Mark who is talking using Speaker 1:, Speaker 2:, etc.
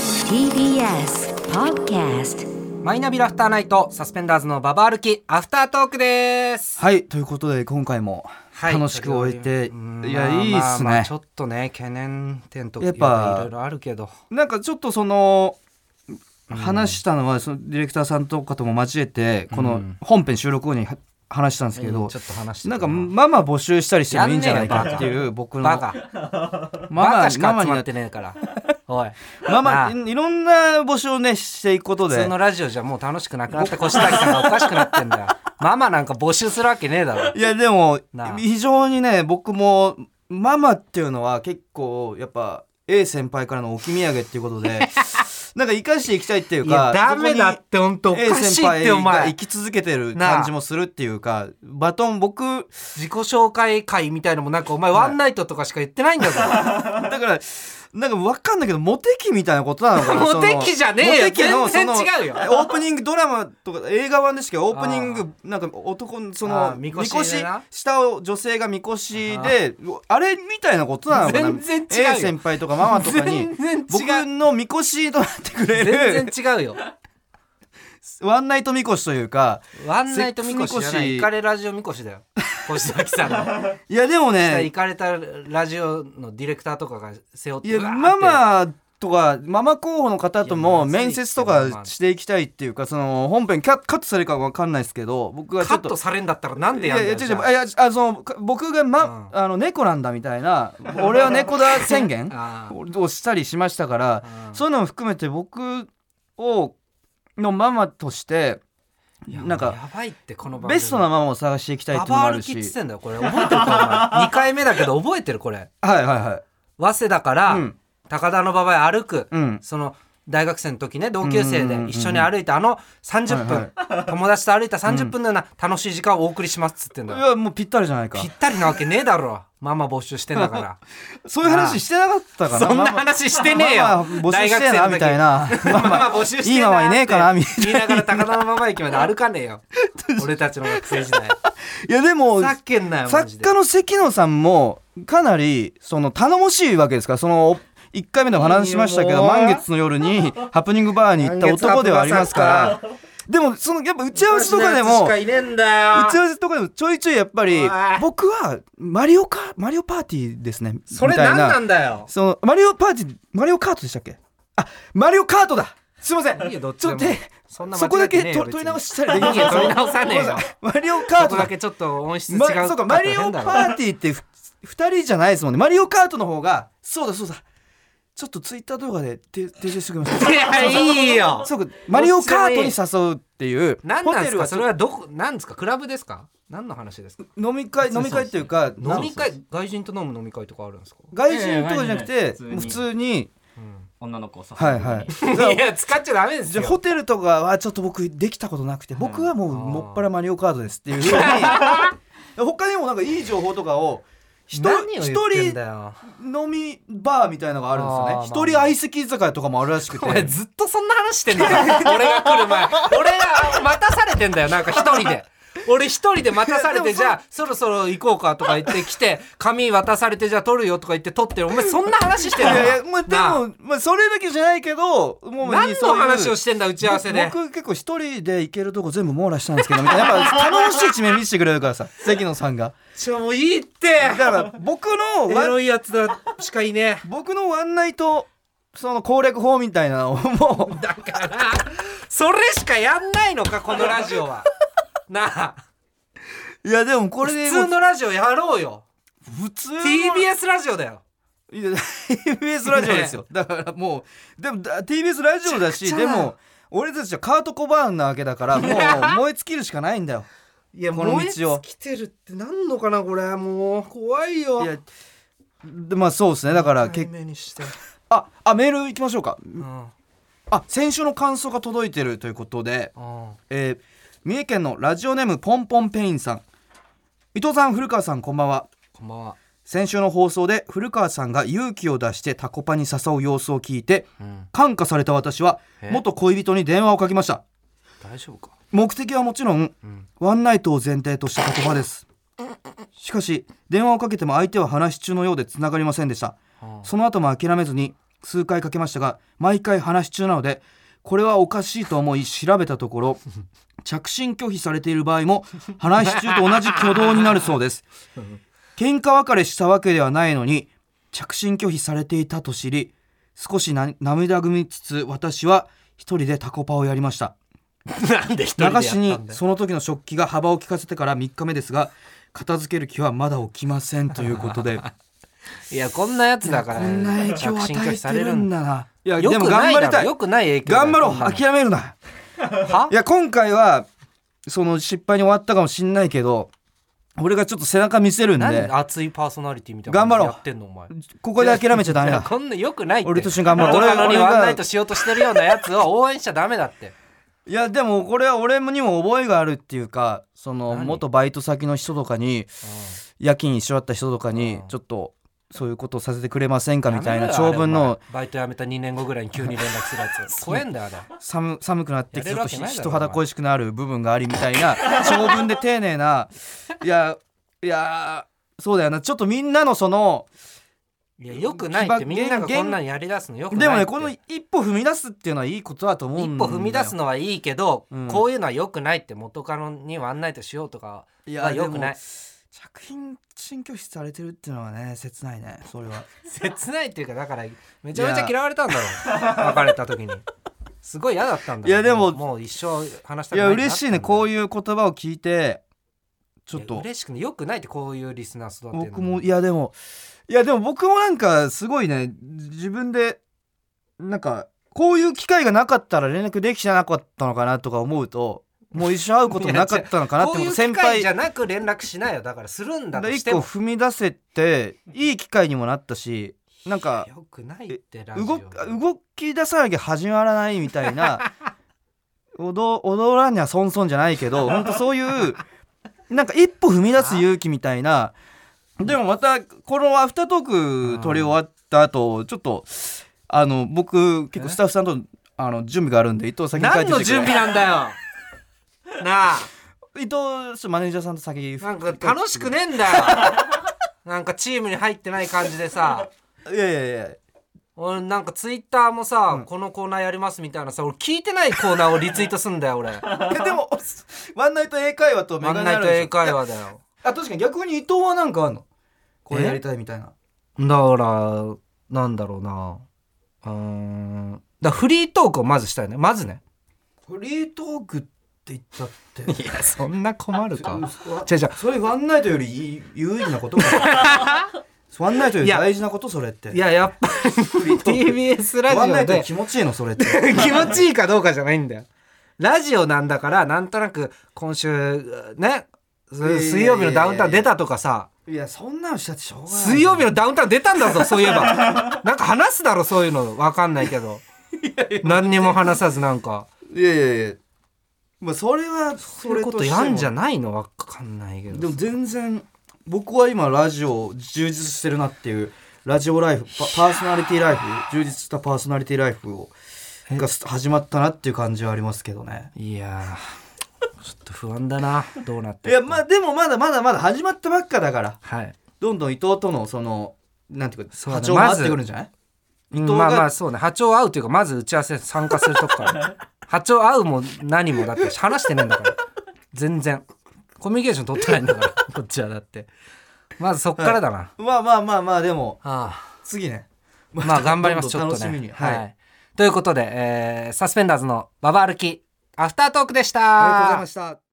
Speaker 1: TBS Podcast
Speaker 2: マイナビラフターナイトサスペンダーズのババ歩きアフタートークです。
Speaker 3: はいということで今回も
Speaker 2: はい
Speaker 3: 楽しく終えて、
Speaker 2: うん
Speaker 3: い、
Speaker 2: ま
Speaker 3: や
Speaker 2: あ
Speaker 3: いいっ
Speaker 2: まあ
Speaker 3: す
Speaker 2: まあ
Speaker 3: ね
Speaker 2: ちょっとね懸念点とか
Speaker 3: や
Speaker 2: い
Speaker 3: っぱ
Speaker 2: ろいろあるけど。
Speaker 3: なんかちょっとその話したのはそのディレクターさんとかとも交えてこの本編収録後には話したんですけ
Speaker 2: う
Speaker 3: ど
Speaker 2: んちょっと話してた
Speaker 3: なんかママ募集したりしてもいいんじゃない
Speaker 2: やんねえ
Speaker 3: か
Speaker 2: よ
Speaker 3: っていう僕の
Speaker 2: バカ
Speaker 3: マ
Speaker 2: バ
Speaker 3: マ
Speaker 2: カしか
Speaker 3: ママ
Speaker 2: 集
Speaker 3: に
Speaker 2: ま
Speaker 3: な
Speaker 2: っ
Speaker 3: ってて
Speaker 2: ねえから。おい
Speaker 3: マ
Speaker 2: な
Speaker 3: マ
Speaker 2: あ
Speaker 3: いいろんな募集をねしていくこと
Speaker 2: 普通
Speaker 3: で
Speaker 2: のラジオじゃもう楽しくなくなった越谷さんがおかしくなってんだ よ。ママなんか募集するわけねえだろ。
Speaker 3: いやでも
Speaker 2: なあ
Speaker 3: 非常にね僕もママっていうのは結構やっぱ A 先輩からの置き土産っていうこ とでなんか生かしていきたいっていう
Speaker 2: いや
Speaker 3: か
Speaker 2: ダメだ
Speaker 3: そ
Speaker 2: っ
Speaker 3: こ
Speaker 2: て本当お
Speaker 3: に A
Speaker 2: かし
Speaker 3: 先
Speaker 2: いっ
Speaker 3: 輩
Speaker 2: てお
Speaker 3: が生
Speaker 2: 前
Speaker 3: き続けてる
Speaker 2: なあ
Speaker 3: 感じもするっていうかバトン僕
Speaker 2: 自己紹介会みたいのもなんかお前ワンナイトとかしか言ってないんだぞ。
Speaker 3: だからなんか分かんないけどモテ期みたいなことなのかな
Speaker 2: モテ期じゃねえよ
Speaker 3: モテ期の
Speaker 2: 全然
Speaker 3: その
Speaker 2: 違うよ
Speaker 3: オープニングドラマとか映画版ですけどオープニングなんか男のそ
Speaker 2: あ
Speaker 3: の
Speaker 2: ーみこしでな
Speaker 3: みこし下を女性がみこしであれみたいなことなのかな
Speaker 2: 全然違うよ
Speaker 3: A 先輩とかママとか
Speaker 2: 全
Speaker 3: に
Speaker 2: 然違う
Speaker 3: 僕のみこしとなってくれ
Speaker 2: 全
Speaker 3: る
Speaker 2: 然違うよ。
Speaker 3: ワンナイトみこしというか
Speaker 2: ワンナイトみこしじゃな
Speaker 3: セックスみ
Speaker 2: い。
Speaker 3: こし
Speaker 2: イカレラジオみこし だよ。越崎さんが。
Speaker 3: いやでも
Speaker 2: イ
Speaker 3: ね
Speaker 2: カれたラジオのディレクターとかが背負って
Speaker 3: いや
Speaker 2: うわーって
Speaker 3: ママとかママ候補の方と
Speaker 2: いやま
Speaker 3: も
Speaker 2: ずいって
Speaker 3: 面接と
Speaker 2: ま
Speaker 3: か
Speaker 2: あ
Speaker 3: していきたいっていうかその本編カカットされるかわかんないですけど僕はち
Speaker 2: カ
Speaker 3: ょ
Speaker 2: ッ
Speaker 3: っと
Speaker 2: トされんだったらなん
Speaker 3: い
Speaker 2: でや
Speaker 3: や
Speaker 2: んだ
Speaker 3: いや
Speaker 2: よ。
Speaker 3: ちょ
Speaker 2: じ
Speaker 3: ち
Speaker 2: ゃ
Speaker 3: ょ
Speaker 2: あ
Speaker 3: あいやあのか僕が、まあの猫なんだみたいな俺は猫だ宣言
Speaker 2: あ
Speaker 3: をしたりしましたから
Speaker 2: あ
Speaker 3: そういうのも含めて僕をのママとして
Speaker 2: いや
Speaker 3: なんか
Speaker 2: やばいってこの番組
Speaker 3: ベストなママを探していきたいって
Speaker 2: バ
Speaker 3: いうのも
Speaker 2: バ
Speaker 3: あ
Speaker 2: ア歩
Speaker 3: る
Speaker 2: き
Speaker 3: し
Speaker 2: っつってんだよこれ覚えてるかお前2回目だけど覚えてるこれ
Speaker 3: はいはいはい
Speaker 2: 早稲田から
Speaker 3: うん
Speaker 2: 高田の馬場へ歩く、
Speaker 3: うん
Speaker 2: その大学生の時ね同級生
Speaker 3: うんうんうんう
Speaker 2: で
Speaker 3: ん
Speaker 2: 一緒に歩いたあの30分、
Speaker 3: は
Speaker 2: 友達と歩いた30分のような楽しい時間をお送りしますっつってん
Speaker 3: い
Speaker 2: だよ
Speaker 3: やもうぴったりじゃないか
Speaker 2: ぴったりなわけねえだろママ募集してんだ から
Speaker 3: そういう話してなかったかな
Speaker 2: そんな
Speaker 3: ママ
Speaker 2: 話してねえよ
Speaker 3: ママ募集してえなみたい
Speaker 2: な
Speaker 3: な
Speaker 2: ママ募集してん
Speaker 3: いいママいねえかなみ
Speaker 2: 言
Speaker 3: た
Speaker 2: いな
Speaker 3: いな
Speaker 2: がら高田の馬場駅まで歩かねえ よ俺たちの学生時代
Speaker 3: いやでも
Speaker 2: ふざけんなよマジ
Speaker 3: 作
Speaker 2: で
Speaker 3: 家の関野さんもかなりその頼もしいわけですからその1回目でも話しましたけ
Speaker 2: いいよ
Speaker 3: ど
Speaker 2: もう
Speaker 3: 満月の 夜にハプニングバーに行った男ではありますからでもそのやっぱ打ち合わせとかでも
Speaker 2: 昔のやつしかいねえんだよ
Speaker 3: 打ち合わせとかでもちょいちょいやっぱり
Speaker 2: おい
Speaker 3: 僕はマリオカマリオパーティーですね
Speaker 2: それ
Speaker 3: みたい
Speaker 2: 何
Speaker 3: な
Speaker 2: なんだよ
Speaker 3: そのマリオパーティーマリオカートでしたっけあマリオカートだすいません
Speaker 2: いいよどっち
Speaker 3: ち
Speaker 2: で
Speaker 3: ょ
Speaker 2: も
Speaker 3: っとね
Speaker 2: そんな間違
Speaker 3: そこだ
Speaker 2: って
Speaker 3: け
Speaker 2: ねえ
Speaker 3: と
Speaker 2: よ
Speaker 3: 取り
Speaker 2: 別に
Speaker 3: 直したらできない
Speaker 2: いいよ 取り直さねえよ
Speaker 3: マリオカー
Speaker 2: そ
Speaker 3: ト
Speaker 2: こ
Speaker 3: だ
Speaker 2: だけちょっと音質違う
Speaker 3: ま、
Speaker 2: か
Speaker 3: そ
Speaker 2: っ
Speaker 3: うか
Speaker 2: た
Speaker 3: マ
Speaker 2: ら
Speaker 3: リオ
Speaker 2: 変
Speaker 3: パ
Speaker 2: だろ
Speaker 3: ーティーってふ2人じゃないですもんねマリオカートの方がそうだそうだちょっとツイッター動画でて訂正してください
Speaker 2: いやいいよ
Speaker 3: そうかマリオカートに誘うっていう
Speaker 2: 何なんですかそれ
Speaker 3: は
Speaker 2: はどこなんですかクラブですか何の話ですか
Speaker 3: 飲み会飲み会っていうかな
Speaker 2: 飲み会外人と飲む飲み会とかあるんですか
Speaker 3: 外人とかじゃなく
Speaker 4: いやい
Speaker 3: て
Speaker 4: や外人じゃない
Speaker 3: 普通に
Speaker 4: 女の子を誘う
Speaker 3: はいはい
Speaker 2: いや使っちゃダメです
Speaker 3: じゃあ
Speaker 2: よ
Speaker 3: ホテルとかはちょっと僕できたことなくて僕はもう
Speaker 2: あー
Speaker 3: もっぱらマリオカートですっていうふうに 他にもなんかいい情報とかを一人
Speaker 2: 何を言
Speaker 3: 一
Speaker 2: ってん
Speaker 3: 人
Speaker 2: だよ
Speaker 3: 飲みバーみたいのがあるんです
Speaker 2: あ
Speaker 3: よ
Speaker 2: ーま
Speaker 3: ね
Speaker 2: あ
Speaker 3: 一人相席居酒屋とかもあるらしくて
Speaker 2: お前ずっとそんな話してんだよ俺が来る前俺が待たされてんだよなんか一人で俺一人で待たされ
Speaker 3: い
Speaker 2: て
Speaker 3: やでも
Speaker 2: じゃあそろそろ行こうかとか言って来て紙渡されてじゃあ取るよとか言って取ってるお前そんな話して
Speaker 3: い
Speaker 2: んだよ
Speaker 3: やいや、まあ、で
Speaker 2: な
Speaker 3: も、まあ、それだけじゃないけど、もう
Speaker 2: 何の話をしててんだ打ち合わせで
Speaker 3: 僕僕結構一人で行けるとこ全部網羅したんですけど、みたいな。やっぱ、頼もしい一面見せてくれ るからさ、関野さんが。
Speaker 2: ちょもういいって
Speaker 3: だから、僕の
Speaker 2: エ
Speaker 3: ワン、
Speaker 2: ロいやつだしかいねえ
Speaker 3: 僕のワンナイト、その攻略法みたいなのをもう、
Speaker 2: だからそれしかやんないのかこのラジオ はなあ
Speaker 3: いや、でもこれで
Speaker 2: 普
Speaker 3: も
Speaker 2: 通
Speaker 3: う、
Speaker 2: のラジオやろうよ
Speaker 3: 普通の
Speaker 2: TBS ラジオだよ
Speaker 3: TBS ラジオですよ。だからもう、でも、だ TBS ラジオだし、でも、俺たちはカート・コバーンなわけだから、もう燃え尽きるしかないんだよ。
Speaker 2: いや
Speaker 3: この道を
Speaker 2: 燃え尽きてるってなんのかなこれもう怖いよ
Speaker 3: いや、でまあそうですね。だから、結
Speaker 2: 対面にして、
Speaker 3: あ、あ、メール行きましょうか。
Speaker 2: うん
Speaker 3: あ、先週の感想が届いてるということで、
Speaker 2: うん
Speaker 3: えー三重県のラジオネームポンポンペインさん。伊藤さん、古川さん、こんばんは。
Speaker 2: こんばんは、
Speaker 3: 先週の放送で古川さんが勇気を出してタコパに誘う様子を聞いて、
Speaker 2: うん、
Speaker 3: 感化された私は
Speaker 2: え、
Speaker 3: 元恋人に電話をかけました。
Speaker 2: 大丈夫か
Speaker 3: 目的はもちろん、
Speaker 2: ん
Speaker 3: ワンナイトを前提とした言葉ですしかし電話をかけても相手は話し中のようでつながりませんでした
Speaker 2: ああ
Speaker 3: その後も諦めずに数回かけましたが毎回話し中なのでこれはおかしいと思い調べたところ 着信拒否されている場合も話し中と同じ挙動になるそうです喧嘩別れしたわけではないのに着信拒否されていたと知り少しな涙ぐみつつ私は一人でタコパをやりました
Speaker 2: なんで一人でやった
Speaker 3: 流
Speaker 2: んだ
Speaker 3: し
Speaker 2: よ
Speaker 3: にその時の食器が幅を利かせてから3日目ですが片付ける気はまだ起きませんということで
Speaker 2: いや こんなやつだから
Speaker 3: こんな影響を
Speaker 2: 着信拒
Speaker 3: 与
Speaker 2: 否
Speaker 3: え
Speaker 2: さ
Speaker 3: て
Speaker 2: れ
Speaker 3: るんだないや
Speaker 2: よ
Speaker 3: で
Speaker 2: く
Speaker 3: も
Speaker 2: な
Speaker 3: 頑
Speaker 2: い
Speaker 3: 張
Speaker 2: だ
Speaker 3: りた
Speaker 2: ろ
Speaker 3: い
Speaker 2: よくない影響だよ
Speaker 3: 頑張ろ
Speaker 2: こ
Speaker 3: うん
Speaker 2: なの
Speaker 3: 諦めるな
Speaker 2: はい
Speaker 3: や今回はその失敗に終わったかもしんないけど俺がちょっと背中見せるん
Speaker 2: 何
Speaker 3: で
Speaker 2: 熱いパーソナリティみたいな感じで
Speaker 3: 頑張
Speaker 2: や
Speaker 3: ろう
Speaker 2: ってんのお前
Speaker 3: ここで諦めちゃダメ
Speaker 2: いや
Speaker 3: だ
Speaker 2: こんなよくないって
Speaker 3: 俺と一緒に頑張ろう
Speaker 2: 俺なのに
Speaker 3: 俺が
Speaker 2: ワンナイトしようとしてるようなやつを 応援しちゃダメだって
Speaker 3: いやでもこれは俺にも覚えがあるっていうかその
Speaker 2: 何
Speaker 3: 元バイト先の人とかに夜勤一緒だった人とかに
Speaker 2: うん
Speaker 3: ちょっとそういうことさせてくれません かみたい
Speaker 2: やめろ
Speaker 3: な
Speaker 2: よ
Speaker 3: 長文
Speaker 2: あれお
Speaker 3: の
Speaker 2: 前バイト辞めた2年後ぐらいに急に連絡するや つ怖えんだよあれ
Speaker 3: 寒寒くなってきて
Speaker 2: やれる
Speaker 3: ちょ
Speaker 2: わ
Speaker 3: っ
Speaker 2: け
Speaker 3: と
Speaker 2: ないだろ
Speaker 3: 人肌恋しくなる部分がありみた いな長文で丁寧ないやいやそうだよなちょっとみんなのその
Speaker 2: いやよくないってみんながこんなんやりだすのよくない
Speaker 3: でも
Speaker 2: っ
Speaker 3: ね
Speaker 2: て
Speaker 3: この一歩踏み出すっていうのはいいことだと思う
Speaker 2: 一
Speaker 3: んだ
Speaker 2: 歩
Speaker 3: よ
Speaker 2: 踏み出すのはいいけど、
Speaker 3: うん
Speaker 2: こういうのはよくないって元カノにワンナイトしようと か
Speaker 3: い
Speaker 2: はよく
Speaker 3: で
Speaker 2: な
Speaker 3: も
Speaker 2: い
Speaker 3: 着品新拒否されてるっていうのはね切ないねそ れは
Speaker 2: 切ないっていうかだからめちゃめちゃ嫌われたんだろう別れた時にすごい嫌だったんだろう
Speaker 3: いやでも
Speaker 2: もう一生話した
Speaker 3: いや嬉しいねこう
Speaker 2: いう
Speaker 3: いう言葉を聞いてちょっと
Speaker 2: 嬉しくねよくないってこういうリスナー育てるの
Speaker 3: 僕もいやでもいやでも僕もなんかすごいね自分でなんかこういう機会がなかったら連絡できてなかったのかなとか思うともう一生会うことなかったのかなって
Speaker 2: こう
Speaker 3: 思
Speaker 2: いうう
Speaker 3: 先
Speaker 2: 機会
Speaker 3: 輩
Speaker 2: じゃなく連絡しないよだからするんだと
Speaker 3: で
Speaker 2: し
Speaker 3: 一
Speaker 2: て
Speaker 3: 個
Speaker 2: も
Speaker 3: 踏み出せていい機会にもなったしなんか
Speaker 2: よくないってラジオ
Speaker 3: 動動き出さなきゃ始まらないみた いな踊踊らんにはそんそんじゃないけど本当そういうなんか一歩踏み出す勇気みたいなでもまたこのアフタートーク撮り終わった後ちょっとあの僕結構スタッフさんとあの準備があるんで伊藤先に帰って
Speaker 2: 何
Speaker 3: きてく
Speaker 2: の準
Speaker 3: れ
Speaker 2: 備なんだよなあ
Speaker 3: 伊藤ちょっとマネージャーさんと先
Speaker 2: なんか楽しくねえんだ よなんかチームに入ってない感じでさ
Speaker 3: いやいやいや
Speaker 2: 俺なんかツイッターもさ、このコーナーやりますみたいなさ俺聞いてないコーナーをリツイートすんだよ 俺
Speaker 3: えでもワンナイト英会話とメ
Speaker 2: ワ
Speaker 3: ガネ
Speaker 2: ンナ
Speaker 3: あ
Speaker 2: イ
Speaker 3: る
Speaker 2: ト
Speaker 3: でしょ
Speaker 2: 英会話だよ
Speaker 3: あ確かに逆に伊藤はなんかあんのこれ
Speaker 2: え
Speaker 3: やりたいみたいな
Speaker 2: だからなんだろうなうーんだからフリートークをまずしたいねまずね
Speaker 3: フリートークって言ったって
Speaker 2: いや そんな困るか違
Speaker 3: 違
Speaker 2: う
Speaker 3: う
Speaker 2: 違
Speaker 3: 違
Speaker 2: う
Speaker 3: うそれワンナイトよりいい有意義なこと かワンナイトより大事なことそれって
Speaker 2: いややっぱり TBS ラ
Speaker 3: ワン
Speaker 2: ジ
Speaker 3: ナ
Speaker 2: オ
Speaker 3: イトよ
Speaker 2: で
Speaker 3: り気持ちいいのそれって
Speaker 2: 気持ちいいかどうかじゃないんだよラジオなんだからなんとなく今週ね
Speaker 3: やいやいやいや
Speaker 2: 水曜日のダウンタウン出たとかさ
Speaker 3: いやそんなのしたってしょうがない
Speaker 2: 水曜日のダウンタウン出たんだぞそういえばなんか話すだろそういうのわかんないけど何にも話さずなんか
Speaker 3: いやいやいやまあそれは
Speaker 2: そう
Speaker 3: そ
Speaker 2: いう
Speaker 3: れ
Speaker 2: ことやんじゃ
Speaker 3: ん
Speaker 2: ないのわかんないけ
Speaker 3: で
Speaker 2: ど
Speaker 3: も全然僕は今ラジオ充実してるなっていうラジオライフパパーソナリティライフ充実したパーソナリティライフをが始まったなっていう感じはありますけどね
Speaker 2: いやーちょっと不安だなどうなって
Speaker 3: い
Speaker 2: る
Speaker 3: やまあでもまだまだまだ始まったばっかだから
Speaker 2: はい
Speaker 3: どんどん伊藤とのそのなんていうか
Speaker 2: そうだ
Speaker 3: 波
Speaker 2: ね
Speaker 3: 長が合ってくるんじゃない、
Speaker 2: うん
Speaker 3: 藤が
Speaker 2: まあまあそうね波長合うというかまず打ち合わせ参加するとこ から波長合うも何もだって話してねえんだから全然コミュニケーション取ってないんだから こっちはだってまずそっからだな、
Speaker 3: まあまあまあまあでも
Speaker 2: ああ
Speaker 3: 次ね
Speaker 2: まあ頑張りますち ょ
Speaker 3: どん
Speaker 2: っ
Speaker 3: どん
Speaker 2: と
Speaker 3: 楽しみに
Speaker 2: ね。
Speaker 3: はい、あり
Speaker 2: ということで、えーサスペンダーズのババ歩きアフタートークでした。
Speaker 3: がとうございました